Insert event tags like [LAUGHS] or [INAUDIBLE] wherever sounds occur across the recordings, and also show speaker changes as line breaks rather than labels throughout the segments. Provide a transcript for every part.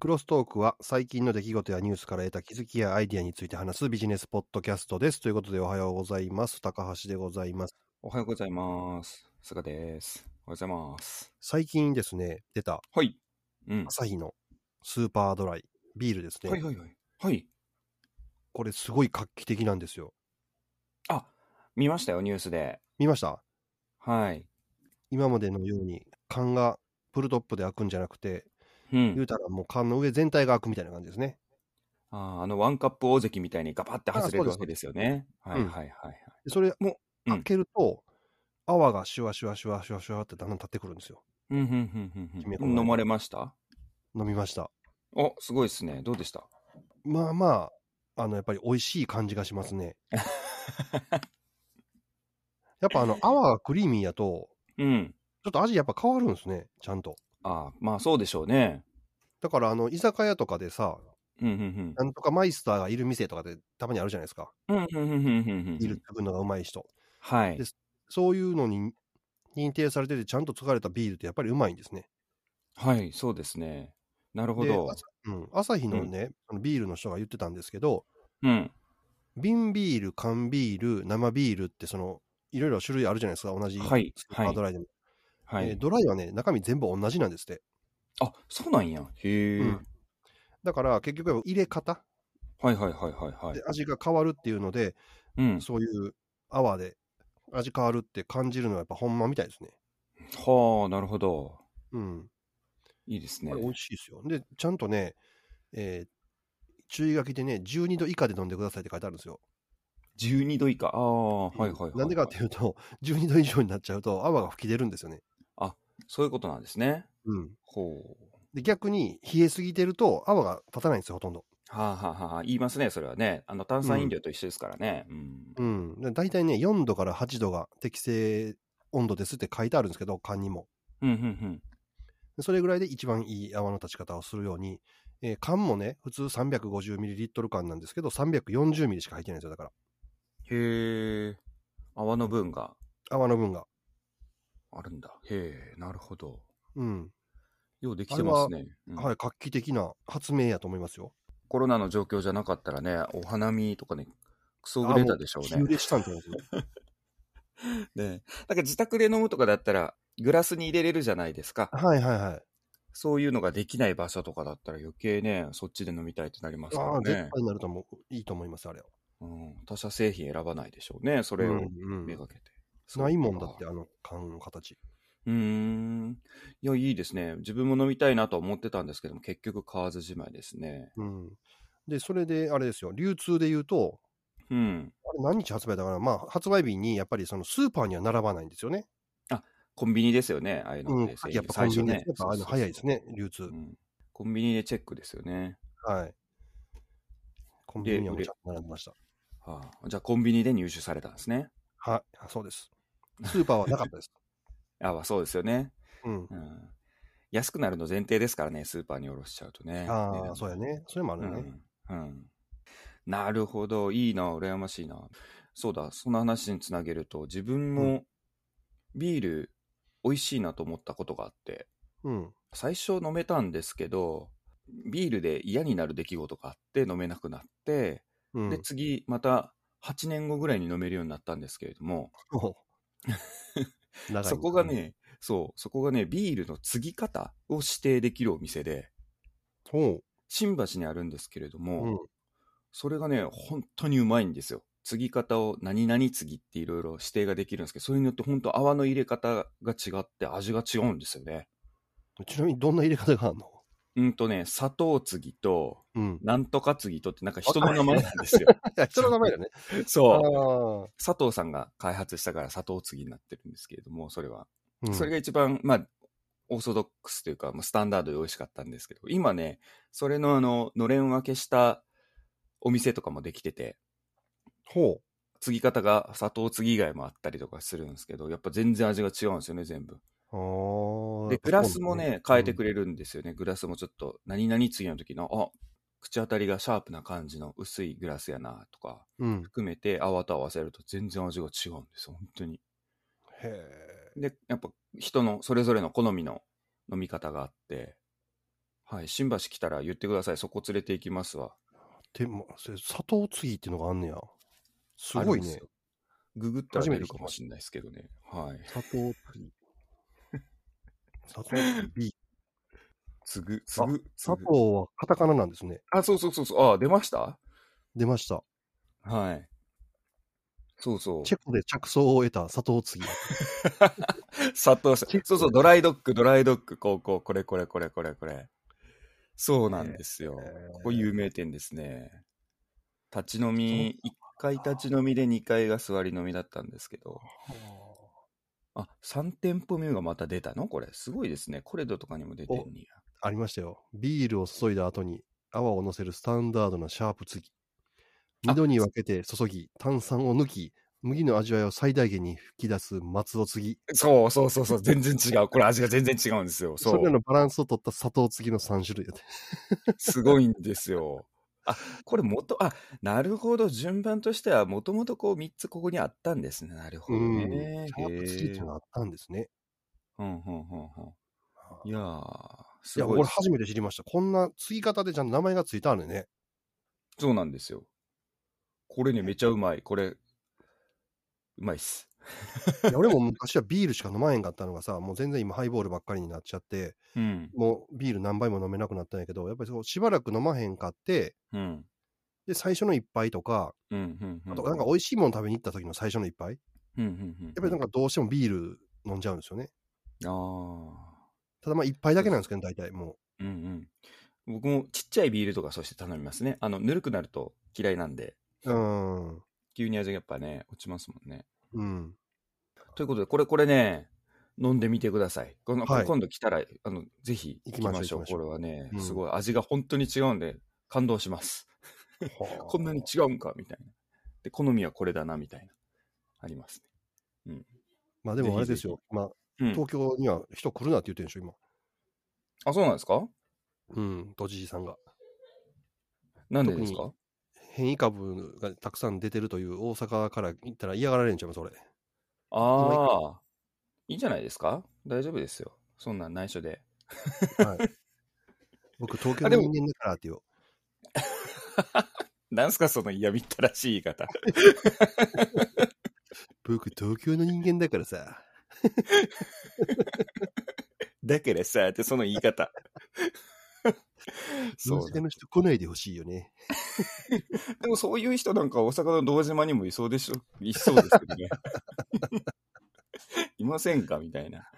クロストークは最近の出来事やニュースから得た気づきやアイディアについて話すビジネスポッドキャストです。ということでおはようございます。高橋でございます。
おはようございます。菅です。おはようございます。
最近ですね、出た
はい。うん。
朝日のスーパードライ、ビールですね。
はいはいはい。はい。
これすごい画期的なんですよ。
あ、見ましたよ、ニュースで。
見ました
はい。
今までのように缶がプルトップで開くんじゃなくて、
う
言
ん。
うたらもう缶の上全体が開くみたいな感じですね。
あーあの、ワンカップ大関みたいにガパって外れ
あそうで
る
す
わけですよね。はい
うん
はいはいはい。
でそれ
もううん
開けると、泡がシュワシュワシュワシュワシュワってだんだん立ってくるんですよ。
うん、うん、うん、
決
うん
め込まれ
うん。
た
飲まれました
飲みました。
お、すごいですね。どうでした
まあまあ、あの、やっぱり美味しい感じがします
[LAUGHS]
ね。やっぱあの、泡がクリーミーやと、
うん。
ちょっと味やっぱ変わるんですね、ちゃんと。
あーまあそうでしょうね。
だからあの、居酒屋とかでさ、
うん、うん、
なんとかマイスターがいる店とかでたまにあるじゃないですか。
うん。うん、うん、うん、うんうんう
ビール
ん。
作るのがうまい人。
はい
で。そういうのに認定されてて、ちゃんと作られたビールってやっぱりうまいんですね。
はい、そうですね。なるほ
で
ど。
朝うん、朝日のね、あのビールの人が言ってたんですけど、
うん。
瓶ビール、缶ビール、生ビールってその、いろいろ種類あるじゃないですか、同じス
はい
ーパードライでも。
は
えー
い。
ドライはね、中身全部同じなんですって。
あ、そうなんや。へえ。
うんだから結局は入れ方
はいはいはいはいはい
で。味が変わるっていうので、
うん。
そういう泡で味変わるって感じるのはやっぱほんまみたいですね。
はあ、なるほど。
うん。
いいですね
これ。美味しいですよ。で、ちゃんとね、えー注意書きでね、12度以下で飲んでくださいって書いてあるんですよ。
12度以下。ああ、はいはいはい。
なんでかっていうと、12度以 [LAUGHS] 上になっちゃうと泡が吹き出るんですよね。
そういうことなんですね。
うん。
ほう。
で、逆に冷えすぎてると泡が立たないんですよ、ほとんど。
はあ、はあはあ、言いますね、それはね。あの、炭酸飲料と一緒ですからね。うん。
うん。で大体ね、4度から8度が適正温度ですって書いてあるんですけど、缶にも。
うん、うん、
でそれぐらいで一番いい泡の立ち方をするように、えー缶もね、普通 350ml 缶なんですけど、340ml しか入ってないんですよ、だから。
うん。へえ。泡の分が
泡の分が。
あるんだ。へえ、なるほど。
うん。
ようできてますね。うん
はい、画期的な発明やと思いますよ。
コロナの状況じゃなかったらね、お花見とかね、クソ売れたでしょう
火
ね
揺。れしたんじゃないですか。
[LAUGHS] ねだから自宅で飲むとかだったら、グラスに入れれるじゃないですか。
はいはいはい。
[LAUGHS] そういうのができない場所とかだったら余計ね、そっちで飲みたいってなりますか
あ
ら
あ、絶
ね。
対になると思う。いいと思います、あれは。
うん、他社製品選ばないでしょうね、それ
う
を
んう
め
ん。
がけて。
ないもんだっ
そ
て、あの缶の形。
うか。うーん。いや、いいですね。自分も飲みたいなとは思ってたんですけども、結局買わずじまいですね。
うん。で、それで、あれですよ、流通で言うと、
うん。
あれ何日発売だから、まあ、発売日にやっぱりそのスーパーには並ばないんですよね。
コンビニですよね、ああいう
う
の
ん
って。。
やっぱコンビニで、
最初
やっぱあの早いです。ね、流通
そうそうそう。うんコンビニでチェックですよね。
はい。コンビニはもうちゃんと並んでました。
はあ、じゃあ、コンビニで入手されたんですね。
はい、あそうです。
[LAUGHS]
スーパーはなかったです。
ああ、そうですよね。 [LAUGHS]
うん。
うん安くなるの前提ですからね、スーパーにおろしちゃうとね。
あ
値
あ、
段
そうやね。それもあるね。
うん。うん。なるほど。いいな、羨ましいな。そうだ、その話につなげると、自分
う
もビール美味しいなと思ったことがあって、
うん。
最初飲めたんですけど、ビールで嫌になる出来事があって飲めなくなって、
うん。 [LAUGHS]
で、次また8年後ぐらいに飲めるようになったんですけれども、
お長い
そこが。ね、そう、そこがね、ビールの継ぎ方を指定できるお店で、
ほ
新橋にあるんですけれど
う。
も、
うん。
それがね、本当にうまいんですよ。継ぎ方を何々継ぎっていろいろ指定ができるんですけど、それによって本当泡の入れ方が違って味が違うんですよね。
ちなみにどんな入れ方があるの
うんとね、砂糖継ぎと、
うん。
なんとか継ぎとってなんか人の名前なんですよ。
いや、 [LAUGHS] 人の名前だね。あ
そう。
あ
佐藤さんが開発したから砂糖継ぎになってるんですけれども、それは。
うん
それが一番、まあ、オーソドックスというか、まあ、スタンダードで美味しかったんですけど、今ね、それのあの、のれん分けしたお店とかもできてて、
ほ
継ぎ方が砂糖継ぎ以外もあったりとかするんですけど、やっぱ全然味が違うんですよね、全部。
う。ああ。
で、グラスもね、変えてく
れ。
れるんですよね。グラスもちょっと、何々継ぎの時の、あ、口当たりがシャープな感じの薄いグラスやなとか、
うん。
含めて泡と合わせると全然味が違うんですよ、本当に。
へえ。
で、やっぱ人のそれぞれの好みの飲み方があって、はい、新橋来たら言ってください。そこ連れて行きますわ。
でも、それ砂糖継ぎっていうのがあんねや。すごい
あるんで
ね
よ。。ググったら
初め
出
て聞
る
き
か
ま
も
し
しれないですけどね。はい。
砂糖継ぎ。 [LAUGHS] 砂糖継ぎ B。
つぐ、つぐ、つ
砂
ぐ。
糖はカタカナなんですね。
あ、そうそうそうそう。あ、出ました
出ました。
はい。そうそう。
チェコで着想を得た砂糖継ぎ。
殺到した
チェッ。ク
そうそう、ドライドッグ、ドライドッグ、こう、こう、これ、これ、これ、これ、これ。そうなんですよ。ここ有名店ですね。立ち飲み、1回立ち飲みで2回が座り飲みだったんですけど。あ、3店舗目がまた出たのこれ。すごいですね。コレドとかにも出てんねや。
ありましたよ。ビールを注いだ後に泡を乗せるスタンダードなシャープ継ぎ。二度に分けて注ぎ、炭酸を抜き、麦の味わいを最大限に吹き出す松を継ぎ。
そうそうそうそう、全然違う。これ味が全然違うんですよ。
そ
そ
れら
う。
のバランスを取った砂糖継ぎの3種類やって。
すごいんですよ。あ、これ元、あ、なるほど。順番としては、もともとこう3つここにあったんですね。なるほどね。
シャープ継ぎっていうのがあったんですね。
うんうんうんうん。いやー、
い
す
や、
ごい
俺
です。
初めて知りました。こんな継ぎ方でちゃんと名前がついたんでね。
そうなんですよ。これね、めちゃうまい。これ、うまいっす。
いや俺も昔はビールしか飲まへんかったのがさ、もう全然今ハイボールばっかりになっちゃって、
うん。
もうビール何杯も飲めなくなったんやけど、やっぱりそうしばらく飲まへんかって、
うん。
で、最初の一杯とか、
うんうんうん。
あとなんか美味しいもの食べに行った時の最初の一杯、やっ
うんうんうん。やっ
ぱりなんか、どうしてもビール飲んじゃうんですよね。
ああ。
ただまあ一杯だけなんですけど、大体も
うんうん。僕もちっちゃいビールとかそして頼みますね。あの、ぬるくなると嫌いなんで、
う。うーん。
急に味がやっぱね、落ちますもんね。
うん。
ということで、これ、これね、飲んでみてください。この
はい
今度来たら、あの、ぜひ
行
行
き
き
ましょう
ましょ
行きましょ
う。
う
これはね、
うん
すごい味が本当に違うんで、感動します。こんなに違うんかみたいな。で、好みはこれだな、みたいな。あります
まあでもあれですよ。まあ、
ね。うん。
東京には人来るなって言ってるんでしょ、今。
あ、そうなんですか
うん、都知事さんが。
なんでですか
変異株がたくさん出てるという大阪から行ったら嫌がられるんちゃいます、それ。
ああ、いいんじゃないですか大丈夫ですよ。そんなん内緒で。 [LAUGHS]
僕、東京
あで
の
も
人間だからっていう。
なんすか、その嫌みったらしい言い方。
僕、東京の人間だからさ。
だからさ、ってその言い
[LAUGHS]
方。そう
大阪の人来ないでほしいよね。 [LAUGHS]
でもそういう人なんか大阪の堂島にもいそうでしょいそうですけどね。 [LAUGHS] いませんかみたいな。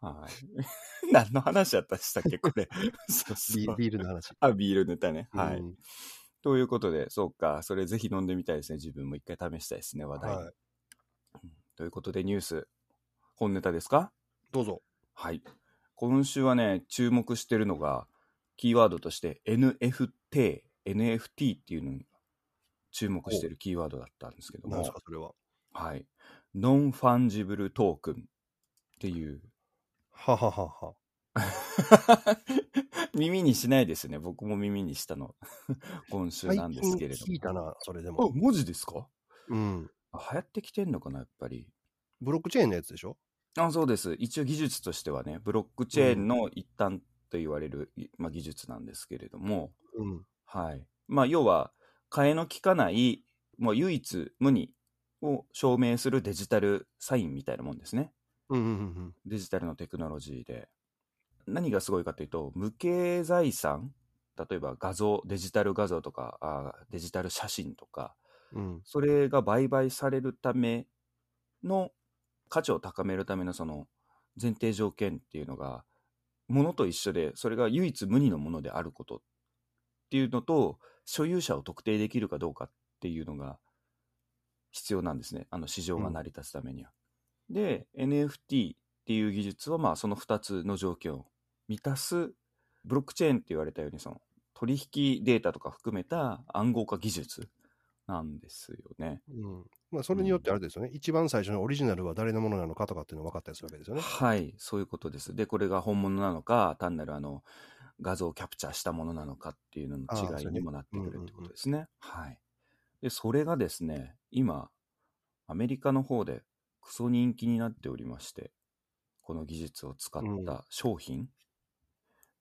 はい。 [LAUGHS] 何の話やったでしたっけ
[LAUGHS]
これ。そう
ビ
そう
ビールの話。
あ、ビールネタね。はい。
うん
ということで、そうか。それぜひ飲んでみたいですね。自分も一回試したいですね。話題、
はい。
ということで、ニュース。本ネタですか
どうぞ。
はい。今週はね、注目してるのが、キーワードとして NFT、NFT っていうのに注目してるキーワードだったんですけど
何
も
です、か、それは。
はい。ノンファンジブルトークンっていう。 [LAUGHS]
はははは。
耳にしないですね。僕も耳にしたの。 [LAUGHS] 今週
最
なんです
近
けれど
聞いたな、それで
も。あ
も。、
文字ですか
うん。
あ流行ってきてんのかな、やっぱり。
ブロックチェーンのやつでしょ
あそうです。一応技術としてはね、ブロックチェーンの一端と言われる、いまあ、技術なんですけれども、
うん。
はい。まあ、要は、替えの利かない、もう唯一無二を証明するデジタルサインみたいなもんですね。
うんうんうん
デジタルのテクノロジーで。何がすごいかというと、無形財産、例えば画像、デジタル画像とか、あーデジタル写真とか、
うん。うん。
それが売買されるための価値を高めるためのその前提条件っていうのがものと一緒でそれが唯一無二のものであることっていうのと所有者を特定できるかどうかっていうのが必要なんですねあの市場が成り立つためには。で NFT っていう技術はまあその2つの条件を満たすブロックチェーンって言われたようにその取引データとか含めた暗号化技術なんですよね。
うん。まあ、それによってあれですよね。一番最初のオリジナルは誰のものなのかとかっていうのが分かったりするわけですよね。
はい、そういうことです。で、これが本物なのか、単なるあの画像をキャプチャーしたものなのかっていうの
あー
の違いにもなってく
そう
る
ね
ってことですね。はい。で、それがですね、今、アメリカの方でクソ人気になっておりまして、この技術を使っ
うん
た商品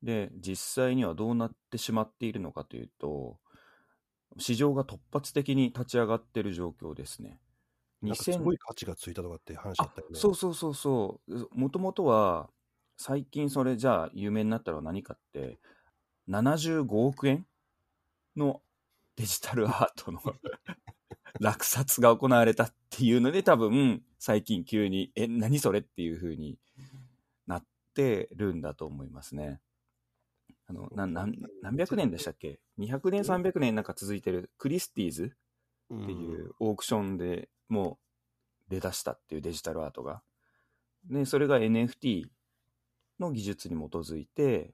で、実際にはどうなってしまっているのかというと、市場が突発的に立ち上がっている状況ですね。
なんかすごい価値がついたとかって話だったよね。
そうそうそうそう。もともとは、最近それじゃあ有名になったのは何かって、75億円のデジタルアートの [LAUGHS] 落札が行われたっていうので、多分最近急に、え、何それっていう風になってるんだと思いますね。あの、な、なん、何百年でしたっけ ?200 年、300年なんか続いてるクリスティーズ
うん
っていうオークションでもう出だしたっていうデジタルアートが。で、それが NFT の技術に基づいて、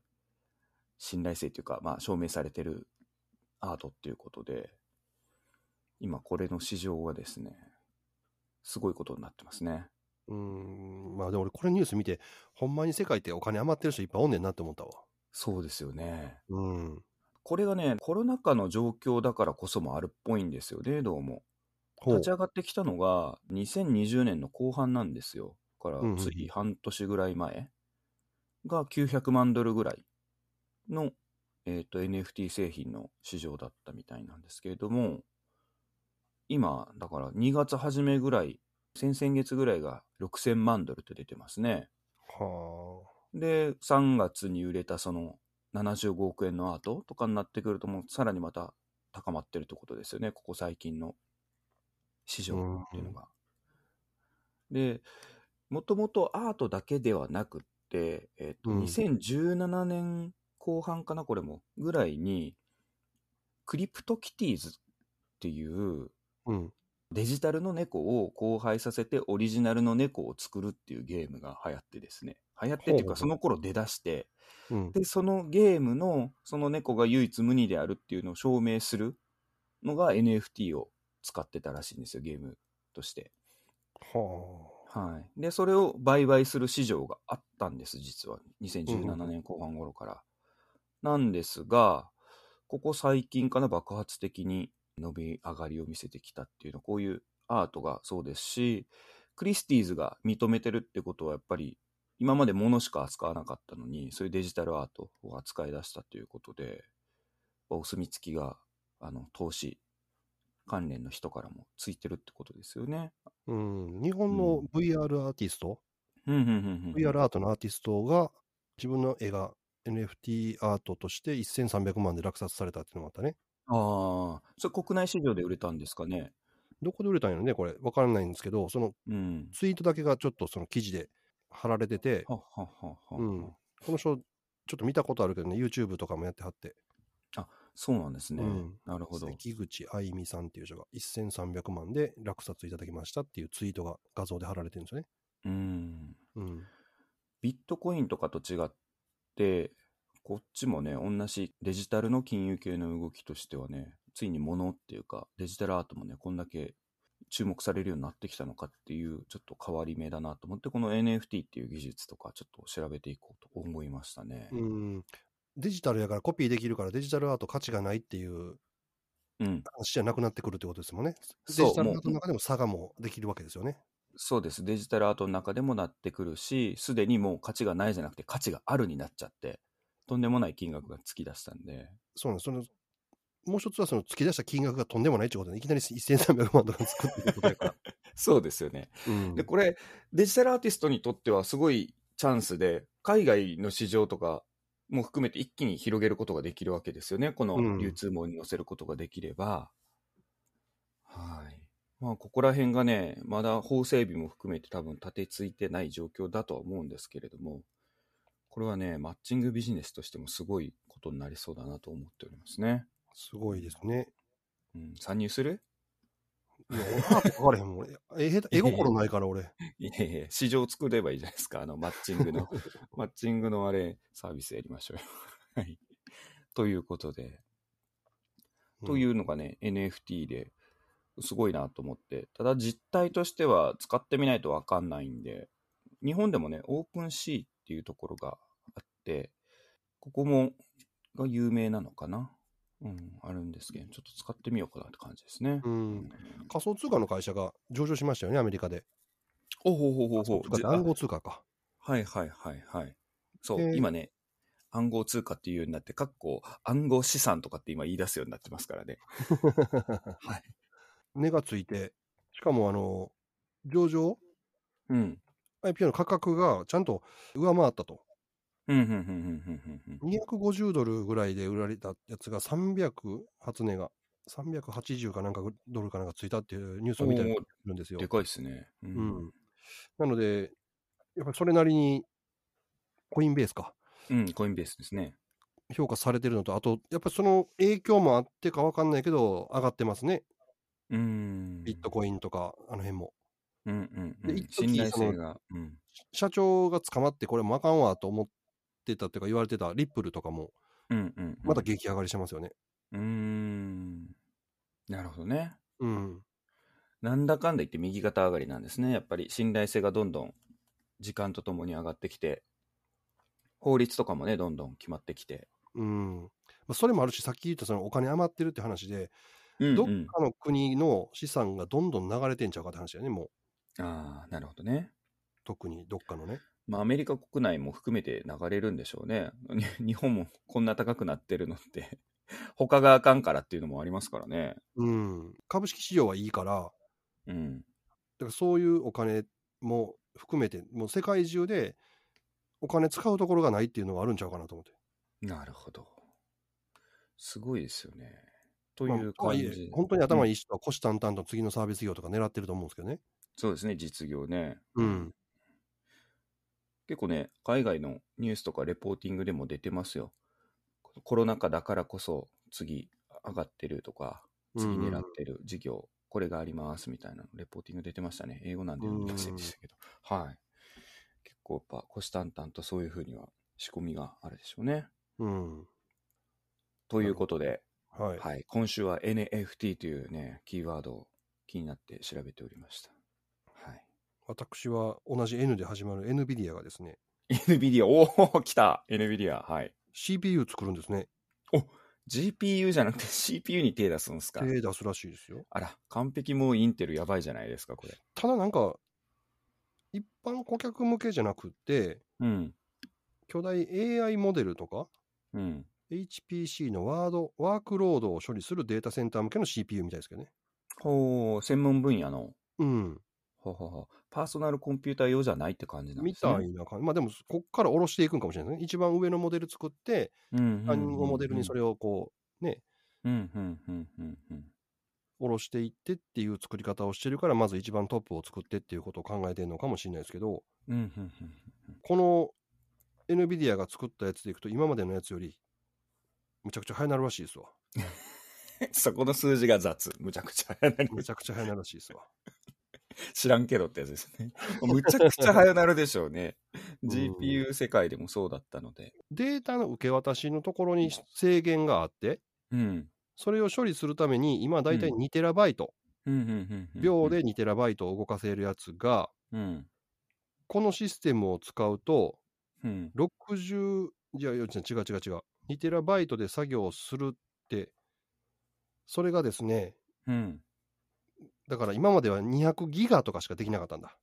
信頼性というか、まあ、証明されてるアートっていうことで、今これの市場はですね、すごいことになってますね。
うーんまあでも俺これニュース見て、ほんまに世界ってお金余ってる人いっぱいおんねんなって思ったわ。
そうですよね。
うん。
これがね、コロナ禍の状況だからこそもあるっぽいんですよね、どうも。
ほう
立ち上がってきたのが2020年の後半なんですよ。だか
うんうん
らつい半年ぐらい前が900万ドルぐらいの、えー、と NFT 製品の市場だったみたいなんですけれども、今、だから2月初めぐらい、先々月ぐらいが6000万ドルと出てますね。
はあ。
で、3月に売れたその75億円のアートとかになってくると、もうさらにまた高まってるってことですよね、ここ最近の市場っていうのが。で、もともとアートだけではなくって、えっと
うん
2017年後半かな、これも、ぐらいに、クリプトキティーズっていう
うん。
デジタルの猫を交配させてオリジナルの猫を作るっていうゲームが流行ってですね。流行ってってい
ほう
う
ほうほう
か、その頃出だして、
うん。
で、そのゲームの、その猫が唯一無二であるっていうのを証明するのが NFT を使ってたらしいんですよ、ゲームとして。
は
はい。で、それを売買する市場があったんです、実は。
うんう
2017年後半頃から。なんですが、ここ最近かな、爆発的に伸び上がりを見せてきたっていうのは、こういうアートがそうですし、クリスティーズが認めてるってことは、やっぱり、今まで物しか扱わなかったのに、そういうデジタルアートを扱い出したということで、お墨付きが、あの、投資関連の人からもついてるってことですよね。
あ。うん。日本の VR アーティスト、
うんうんうんうん。
VR アートのアーティストが自分の絵が NFT アートとして1300万で落札されたっていうのもあったね。
ああ、それ国内市場で売れたんですかね。
どこで売れたんやろね、これ。わからないんですけど、その
うん。
ツイートだけがちょっとその記事で貼られてて、
はっはっはっは。
うんこの人、ちょっと見たことあるけどね、YouTube とかもやってはって。
そうなんですね。
うん
なるほど。
関口あゆみさんっていう人が1300万で落札いただきましたっていうツイートが画像で貼られてるんですよね。
うん。
うん。
ビットコインとかと違って、こっちもね、同じデジタルの金融系の動きとしてはね、ついに物っていうか、デジタルアートもね、こんだけ注目されるようになってきたのかっていう、ちょっと変わり目だなと思って、この NFT っていう技術とか、ちょっと調べていこうと思いましたね。
うん、デジタルやからコピーできるからデジタルアート価値がないっていう
うん。
話じゃなくなってくるってことですもんね。デ
そう
ジタルア
も
ー
う
トの中でも差がもうできるわけですよね。
そうです。デジタルアートの中でもなってくるし、すでにもう価値がないじゃなくて価値があるになっちゃって、とんでもない金額が突き出したんで。
そうなんです。そのもう一つはその突き出した金額がとんでもないってことで、いきなり1300万と [LAUGHS] か作ってることやから。
そう [LAUGHS] ですよね。
うん
で、これ、デジタルアーティストにとってはすごいチャンスで、海外の市場とかも含めて一気に広げることができるわけですよね。こ
うん
の流通網に乗せることができれば。はい。まあ、ここら辺がね、まだ法整備も含めて多分立てついてない状況だとは思うんですけれども、これはね、マッチングビジネスとしてもすごいことになりそうだなと思っておりますね。
すごいですね。
うん、参入する
いや、俺アートかかれへんもん。俺え [LAUGHS] 下手絵心ないから俺。
いやいや、市場を作ればいいじゃないですか。あの、マッチン
[LAUGHS]
グの、マッチングのあれ、サービスやりましょうよ。 [LAUGHS] はい。ということで、といううのがね、NFT で、すごいなと思って、ただ実態としては使ってみないとわかんないんで、日本でもね、オープンシーっていうところがあって、ここも、が有名なのかなうん、あるんですけど、ちょっと使ってみようかなって感じですね。
ん。うん。仮想通貨の会社が上場しましたよね、アメリカで。
おほほほほ。
暗号通貨か。
はいはいはいはい。そう、
で
今ね、暗号通貨っていうようになって、かっこ暗号資産とかって今言い出すようになってますからね。はい。
値がついて、しかもあの、上場
うん。
IPO の価格がちゃんと上回ったと。
うん、うん、うん、うん、うんうん、うん。
250ドルぐらいで売られたやつが300、初値が、380かなんかドルかなんかついたっていうニュースを見たりするんですよ
で。かいですね。う
う。ん。なので、やっぱりそれなりに、コインベースか、
うん、コインベースですね。
評価されてるのと、あと、やっぱりその影響もあってかわかんないけど、上がってますね。
うん。
ビットコインとか、あの辺も。
うんうんう
で
ん
一、時
信頼性が、うん、
社長が捕まって、これもあかんわと思ってたっていうか、言われてたリップルとかも、
うんうんうん、
また激上がりしてますよね。
うーんなるほどね
うん。
なんだかんだ言って右肩上がりなんですねやっぱり信頼性がどんどん時間とともに上がってきて法律とかもねどんどん決まってきて、
うん。まあそれもあるし、さっき言ったそのお金余ってるって話で、
うん
どっ
うん
かの国の資産がどんどん流れてんちゃうかって話だよね、もう。
ああなるほどね
特にどっかのね。
まあアメリカ国内も含めて流れるんでしょうね [LAUGHS] に日本もこんな高くなってるのって [LAUGHS] 他があかんからっていうのもありますからね
うん。株式市場はいいから、
うん
だからそういうお金も含めて、もう世界中でお金使うところがないっていうのがあるんちゃうかなと思って。
なるほど。すごいですよね。とい
まあ
う
とは
感
い
じ。
え本当に頭
うん
いい人は虎視眈々と次のサービス業とか狙ってると思うんですけどね。
そうですね、実業ね。
うん。
結構ね、海外のニュースとかレポーティングでも出てますよ。コロナ禍だからこそ次上がってるとか、次
うん
狙ってる事業、これがありますみたいなのレポーティング出てましたね。英語なんで読みませんでしたけど。はい。結構やっぱ腰眈々とそういうふうには仕込みがあるでしょうね。
うん。
ということで、
はい。
はい、今週は NFT というね、キーワードを気になって調べておりました。はい。 [LAUGHS]
私は同じ N で始まる NVIDIA がですね、
NVIDIA、おお、来た !NVIDIA、はい。
CPU 作るんですね。
GPU じゃなくて CPU に手出すんですか
手出すらしいですよ。
あら、完璧もうインテルやばいじゃないですか、これ。
ただなんか、一般顧客向けじゃなくて、
うん。
巨大 AI モデルとか、
うん。
HPC のワード、ワークロードを処理するデータセンター向けの CPU みたいですけどね。
ほう、専門分野の。
うん。
ほうほうほう。パーソナルコンピューター用じゃないって感じなんで
み
すね。
たいな感じ。まあでも、こっから下ろしていくんかもしれないですね。一番上のモデル作って、
うんうんうんうん。
他人をモデルにそれをこう、ね、
うんうんうんうんうん。
下ろしていってっていう作り方をしてるから、まず一番トップを作ってっていうことを考えてるのかもしれないですけど、
うんうんうんうん。
この NVIDIA が作ったやつでいくと、今までのやつより、むちゃくちゃ早なるらしいですわ。
そこの数字が雑。むちゃくちゃ。
めちゃくちゃ早なるらしいですわ。
[LAUGHS] 知らんけどってやつですね。むちゃくちゃ早なるでしょうね。
うん
GPU 世界でもそうだったので。
データの受け渡しのところに制限があって、
うん。
それを処理するために、今だいたい
うん
2テラバイト、
うんうんうんうん
秒で2テラバイトを動かせるやつが、
うん。
このシステムを使うと、
うん。
60、いやいや違う違う違う、2テラバイトで作業をするって、それがですね、
うん。
だから今までは200ギガとかしかできなかったんだ。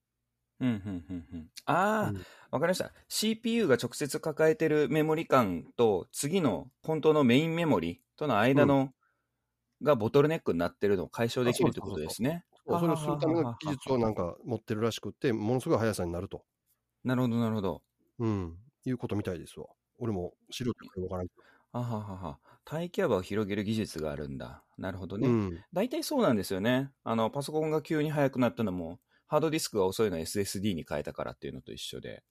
うんうんうんうん。ああ、
うん
わかりました。CPU が直接抱えてるメモリ間と、次の本当のメインメモリとの間の、がボトルネックになってるのを解消できるってことですね。
そうそれをするため
ははは
の
は
技術をなんか持ってるらしくって、ものすごい速さになると、
なるほど、なるほど。
うん、いうことみたいですわ。俺も素人から分からないけ
あははは。待機幅を広げる技術があるんだ。なるほど
ど。
ね。
うん
大体そうなんですよね。あの、パソコンが急に速くなったのも、ハードディスクが遅いのを SSD に変えたからっていうのと一緒で、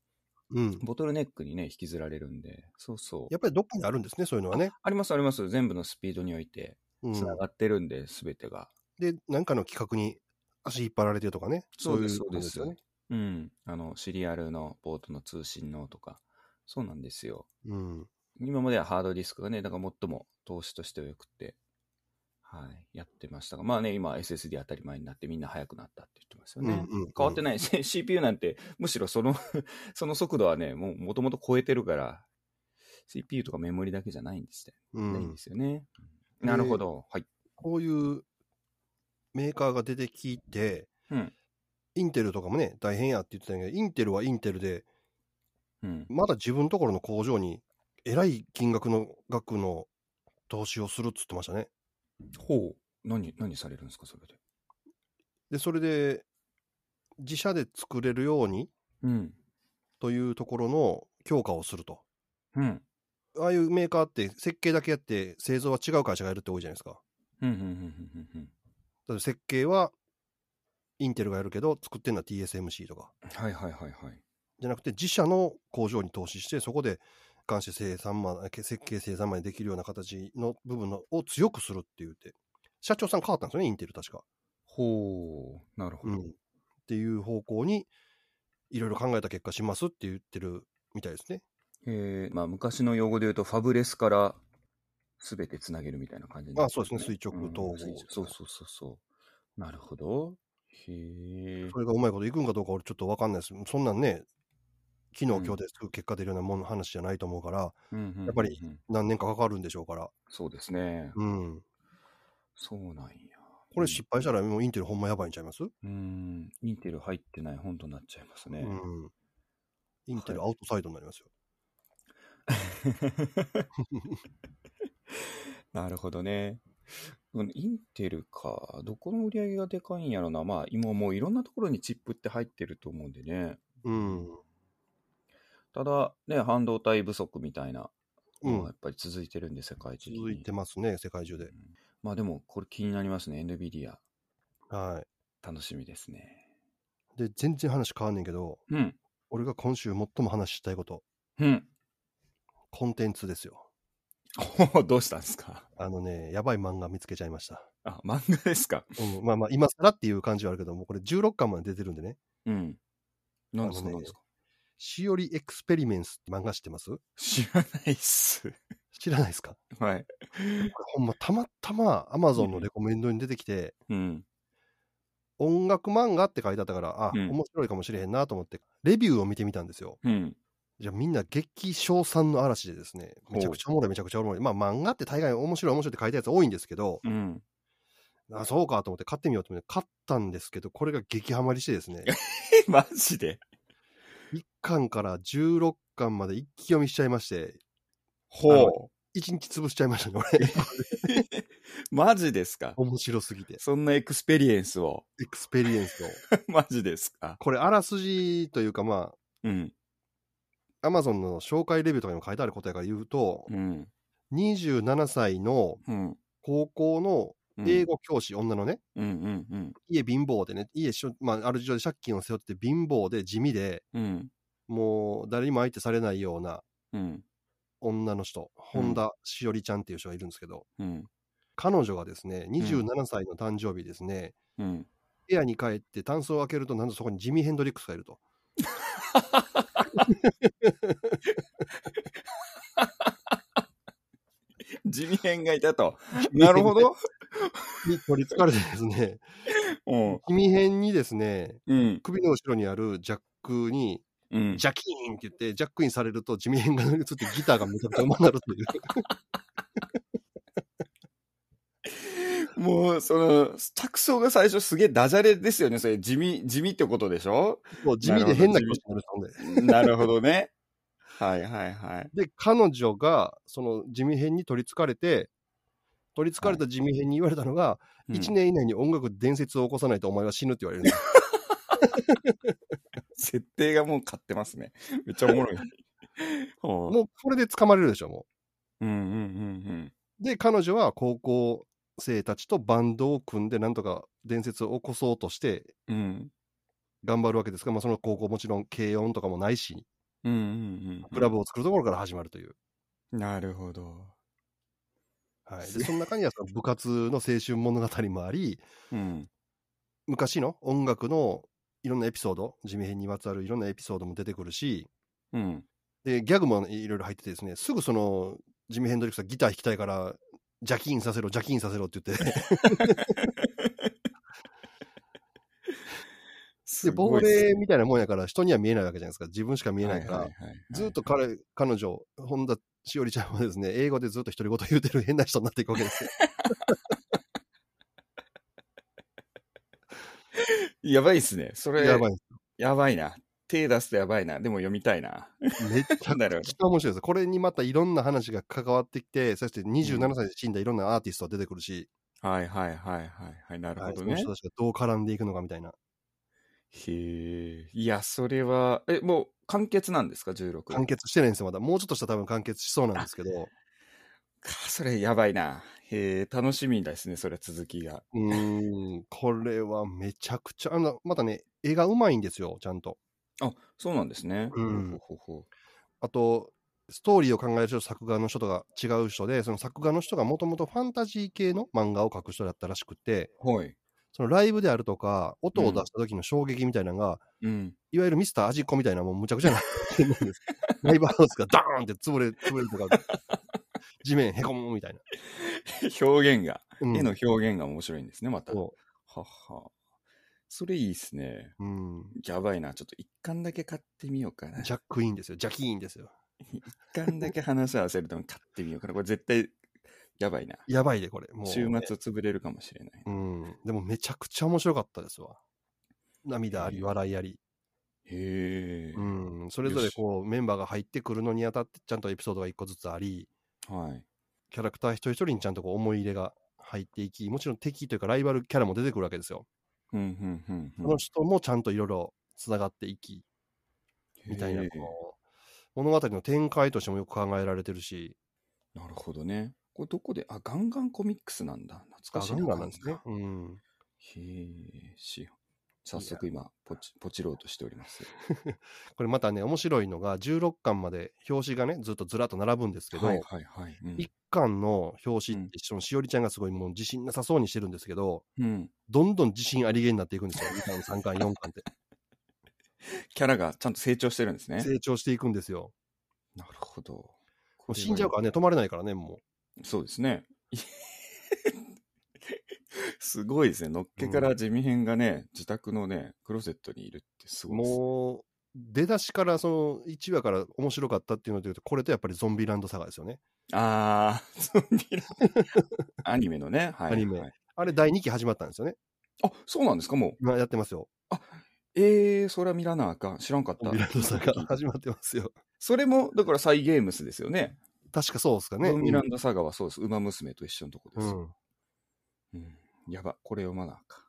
うん、
ボトルネックにね、引きずられるんで、そうそう。
やっぱりどっかにあるんですね、そういうのはね。
ありますあります。全部のスピードにおいて、
うん
つながってるんで、すべてが。
で、なんかの企画に足引っ張られてるとかね。
そうです
いことよね。
うん。あの、シリアルのポートの通信のとか、そうなんですよ。
うん。
今まではハードディスクがね、だから最も投資としてはよくて、はい、やってましたが、まあね、今 SSD 当たり前になってみんな速くなったって言ってますよね。
うんうんうん
変わってない [LAUGHS] し、CPU なんて、むしろその、 [LAUGHS] その速度はね、もうもともと超えてるから、CPU とかメモリだけじゃないんですよ、
う
ないん
ん
で、すよね。
うん
なるほど。はい。
こういうメーカーが出てきて、
うん
インテルとかもね、大変やって言ってたんやけど、インテルはインテルで、
うん。
まだ自分のところの工場にえらい金額の額の投資をするっつってましたね。
ほう。何、何されるんですか、それで。
で、それで、自社で作れるように
うん。
というところの強化をすると。
うん。
ああいうメーカーって設計だけやって製造は違う会社がやるって多いじゃないですか。
うん、うん、うん、うん、うん。
だって設計はインテルがやるけど作ってるのは TSMC とか。
はいはいはいはい。
じゃなくて自社の工場に投資してそこで監視生産まで設計生産までできるような形の部分のを強くするって言って社長さん変わったんですよねインテル確か。
ほう。なるほ
う
ど。
ん、っていう方向にいろいろ考えた結果しますって言ってるみたいですね。
えーまあ、昔の用語で言うと、ファブレスから全てつなげるみたいな感じにな
あそうですね垂直統合
うん垂直そうそうそうそう。なるほど。へえ。
それがうまいこといくんかどうか俺ちょっと分かんないです。そんなんね昨日
うん
今日ですぐ結果出るようなもの話じゃないと思うから
うんうん
やっぱり
うんうん
何年かかかるんでしょうから。
そうですね。
うん。
そうなんや。
これ失敗したらもうインテルほんまやばいんちゃいます、
うん。インテル入ってない、本当になっちゃいますね。
うん。インテルアウトサイドになりますよ。
なるほどね。うんインテルか。どこの売り上げがでかいんやろな。まあ、今もういろんなところにチップって入ってると思うんでね。
うん。
ただ、ね、半導体不足みたいな、
う
や
ん。
っぱり続いてるんで、世界的に。
続いてますね、世界中で。
まあでも、これ気になりますね。NVIDIA。
は
楽しみですね。
い。で、全然話変わんねんけど、
うん。
俺が今週最も話したいこと、
うん。
コンテンツですよ。
どうしたん [LAUGHS] ですか
あのね、やばい漫画見つけちゃいました。
あ、漫画ですか。
うん、まあまあ、今更っていう感じはあるけども、これ16巻まで出てるんでね、
うん。何ですか、
あのね
何ですか
しおりエクスペリメンスって漫画知ってます
知らないっす。
知らないですか
はい。
これほんま、たまたま Amazon のレコメンドに出てきて、
うん。
音楽漫画って書いてあったから、あ、
うん
面白いかもしれへんなと思って、レビューを見てみたんですよ。
うん。
じゃあみんな激賞賛の嵐でですね、
ほう
めちゃくちゃおもろい、めちゃくちゃおもろい。まあ漫画って大概面白い面白いって書いたやつ多いんですけど、
うん。
あ、そうかと思って買ってみようと思って買ったんですけど、これが激ハマりしてです
[LAUGHS]
ね、
え、マジで
1巻から16巻まで一気読みしちゃいまして、
ほ
1日潰しちゃいましたね、俺。
う。マジですか
面白すぎて。
そんなエクスペリエンスを。 [LAUGHS]
エクスペリエンスを。
マジですか
これ、あらすじというか、ま
うん。
あ、アマゾンの紹介レビューとかにも書いてあることやから言うと、
うん。
27歳の
うん。
高校の英語教師、女のね、
うんうんうん
家貧乏でね、家しょ、まあ、ある事情で借金を背負って貧乏で地味で、
うん
もう誰にも相手されないような
うん
女の人、本田しおりちゃんっていう人がいるんですけど、
うん
彼女がですね、27歳の誕生日ですね、
うん
部屋に帰って、タンスを開けると、なんとそこにジミー・ヘンドリックスがいると。
地味編がいた [LAUGHS] と。なるほど。
に取りつかれてですね、
うん。
ジミー・ヘンにですね、
うん。
首の後ろにあるジャックに、
うん。
ジャキーンって言って、ジャックインされると、地味変が乗り移ってギターがめちゃくちゃうまなるという。
もう、その、着想が最初すげえダジャレですよね。それ、地味、地味ってことでしょ [LAUGHS]
もう地味で変な気持ちになる人で。
なるほどね。はいはいはい。
で、彼女が、その地味編に取りつかれて、取りつかれた地味編に言われたのが、
うん
1年以内に音楽伝説を起こさないとお前は死ぬって言われるんです。
設定がもう買ってますね。めっちゃお [LAUGHS] もろい。ほ [LAUGHS] う
もうこれで捕まれるでしょ、も
うんうんうん
う。で、彼女は高校生たちとバンドを組んで、なんとか伝説を起こそうとして
うん。うん。
頑張るわけですが、まあ、その高校もちろん軽音とかもないし、
うんうんうん。
クラブを作るところから始まるという。
なるほど。
はい、でその中にはその部活の青春物語もあり、
うん。
昔の音楽のいろんなエピソード、地味編にまつわるいろんなエピソードも出てくるし、
うん。
で、ギャグもいろいろ入っててですね、すぐその、ジミー・ヘンドリックスはギター弾きたいから、ジャキーンさせろ、ジャキーンさせろって言
[LAUGHS]
って、
す
で、亡
ごいっす
霊みたいなもんやから、人には見えないわけじゃないですか、自分しか見えないから、
はいはいはいはい
ずっと彼、彼女、本田しおりちゃんはですね、英語でずっと独り言言うてる変な人になっていくわけですよ。
やばいっすね。それ、
やばい。
やばいな。手出すとやばいな。でも読みたいな。
めっちゃ
[LAUGHS] なるほど
くちゃ面白いです。これにまたいろんな話が関わってきて、そして27歳で死んだいろんなアーティストが出てくるし、
はいはいはいはいはい。なる
は
ほ
いそ
ど
の
ね
人。たちがどう絡んでいくのかみたいな。
へえ。いや、それは、え、もう完結なんですか、16。
完結してないんですよ、まだ。もうちょっとしたら多分完結しそうなんですけど、
か、それやばいな。へえ、楽しみですね、それ続きが。
うーん、これはめちゃくちゃ、あのまたね、絵がうまいんですよ、ちゃんと。
あ、そうなんですね。
うん
ほうほうほう
あと、ストーリーを考える人と作画の人とが違う人で、その作画の人がもともとファンタジー系の漫画を描く人だったらしくて、
ほう。はい。
そのライブであるとか、音を出した時の衝撃みたいなのが、
うん。 [LAUGHS]
いわゆるミスター味っ子みたいな、もうむちゃくちゃなライブハウスがダーンって潰れ、潰れるとか、地面へこむみたいな。
表現が、
うん
絵の表現が面白いんですね、また。は
そ
は。それいいですね。
う、うん。
やばいな。ちょっと一巻だけ買ってみようかな。
ジャックインですよ、ジャキーンですよ。
一巻だけ話を合わせるために買ってみようかな。これ絶対、やばいな。
やばいで、これ。もう
週末潰れるかもしれない。
うん。でもめちゃくちゃ面白かったですわ。涙あり、笑いあり。
へえ。
うん。それぞれこう、メンバーが入ってくるのにあたって、ちゃんとエピソードが一個ずつあり、
はい。
キャラクター一人一人にちゃんとこう思い入れが入っていき、もちろん敵というかライバルキャラも出てくるわけですよ。
うん、うん、うんう
そ
ん。
の人もちゃんといろいろつながっていき、みたいな
へえ
この物語の展開としてもよく考えられてるし、
なるほどね。これどこで、あ、ガンガンコミックスなんだ。懐かしい
ガンガンなんですね。。うん。
へえ、しよう。早速今、ポチ、ポチろうとしております。
これまたね、面白いのが、16巻まで表紙がね、ずっとずらっと並ぶんですけど、
はい、はい、はい。うん
一巻の表紙って、そのしおりちゃんがすごいもう自信なさそうにしてるんですけど、
うん。
どんどん自信ありげになっていくんですよ。2巻、3巻、4巻って。
キャラがちゃんと成長してるんです [LAUGHS] ね。
成長していくんですよ。
なるほど。
もう死んじゃうからね、止まれないからね、も
そうですね。 [LAUGHS] すごいですね。のっけから地味編がね、自宅のね、クローゼットにいるってす
う。
ごいですね。
もう、出だしから、その、1話から面白かったっていうので言うと、これとやっぱりゾンビランドサガですよね。
あ
[LAUGHS]
ー、ゾンビラアニメのね、はい。
アニメ
はい
あれ、第2期始まったんですよね。
あ、そうなんですか、もう。
今やってますよ。
えー、それは見らなあかん。知らんかっ
ゾ
た
ンビ。ランドサガ始まってますよ。
それも、だからサイ・ゲームスですよね。
確かそうですかね。
ねゾンビランドサガはそうです。ウマ娘と一緒のとこで
う
す。
ん。
うんやば、これ読まなあかん。
い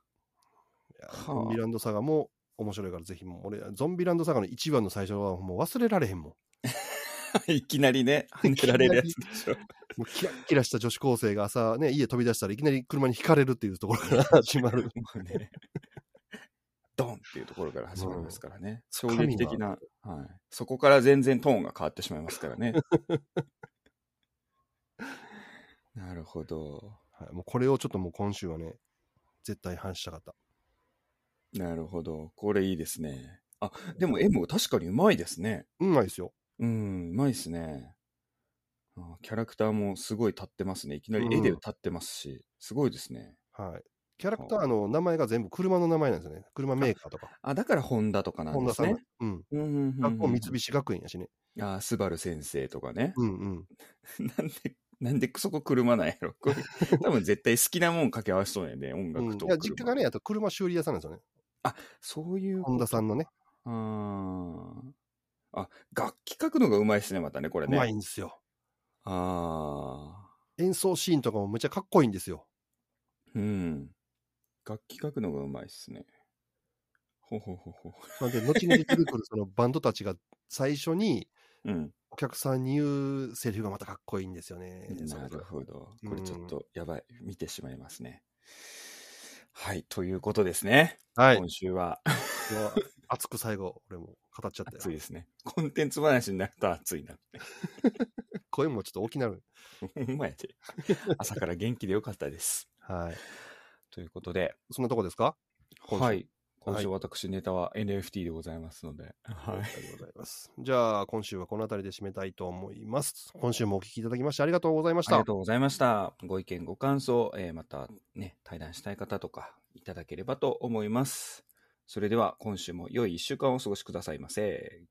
や
は
ゾ
あ
ンビランドサガも面白いから、ぜひもう、俺、ゾンビランドサガの1話の最初はもう忘れられへんもん。
[LAUGHS] いきなりね、跳ねられるやつで [LAUGHS] しょ。
もうキラッキラした女子高生が朝ね、家飛び出したらいきなり車にひかれるっていうところから
[LAUGHS]
始まる。
もうね、ドンっていうところから始まりますから [LAUGHS] ね。衝
うん
撃的な、はい。そこから全然トーンが変わってしまいますから [LAUGHS] ね。なるほど。
はい、もうこれをちょっともう今週はね、絶対話したかった。
なるほど。これいいですね。あ、でも M 確かにうまいですね。
うまいですよ。
うん、うまいですね。あキャラクターもすごい立ってますね。いきなり絵で立ってますし、すごいですね。
はい。キャラクターの名前が全部車の名前なんですよね。車メーカーとか。
あ、だからホンダとかなん
本
で
田
す
さん
ね
が。。うん。
うんうんうん
学校三菱学園やしね。
あ、スバル先生とかね。 [LAUGHS]
うんうん。
なんで、なんでそこ車なんやろ。こ
[LAUGHS]
れ多分絶対好きなもん掛け合わせそうやね。音
うん、
楽
い
と車。
や実家がね、あと車修理屋さんなんですよね。
そういう。
本田さんのね。
あーあ、楽器書くのがうまいですね、またね、これ
う
ね。
まいんですよ。
あ
演奏シーンとかもめっちゃかっこいいんですよ。
あ。うん。楽器書くのがうまいですね。ほうほうほうほ
なんで、後々出てくるそのバンドたちが最初に
う。うん。
お客さんに言うセリフがまたかっこいいんですよね。そ
[LAUGHS]
れ
なる
ぞれ
ほど。
うん
これちょっとやばい。見てしまいますね。はい。ということですね。
はい。
今週は。
うわ熱く最後、俺も語っちゃった
熱い
よ。
ですね。コンテンツ話になると熱いな [LAUGHS] って。
声もちょっと大きなる。
ほんまや
[LAUGHS]
で。朝から元気でよかったです。
はい。
ということで、
そんなとこですか今週
はい。今週
は
私ネタは NFT でございますので、は
あり
い
が。とうございます。じゃあ、今週はこの辺りで締めたいと思います。今週もお聞きいただきましてありがとうございまし
あり
た
がと。うございました。ご意見、ご感想、えーまたね、対談したい方とかいただければと思います。それでは今週も良い一週間をお過ごしくださいませ。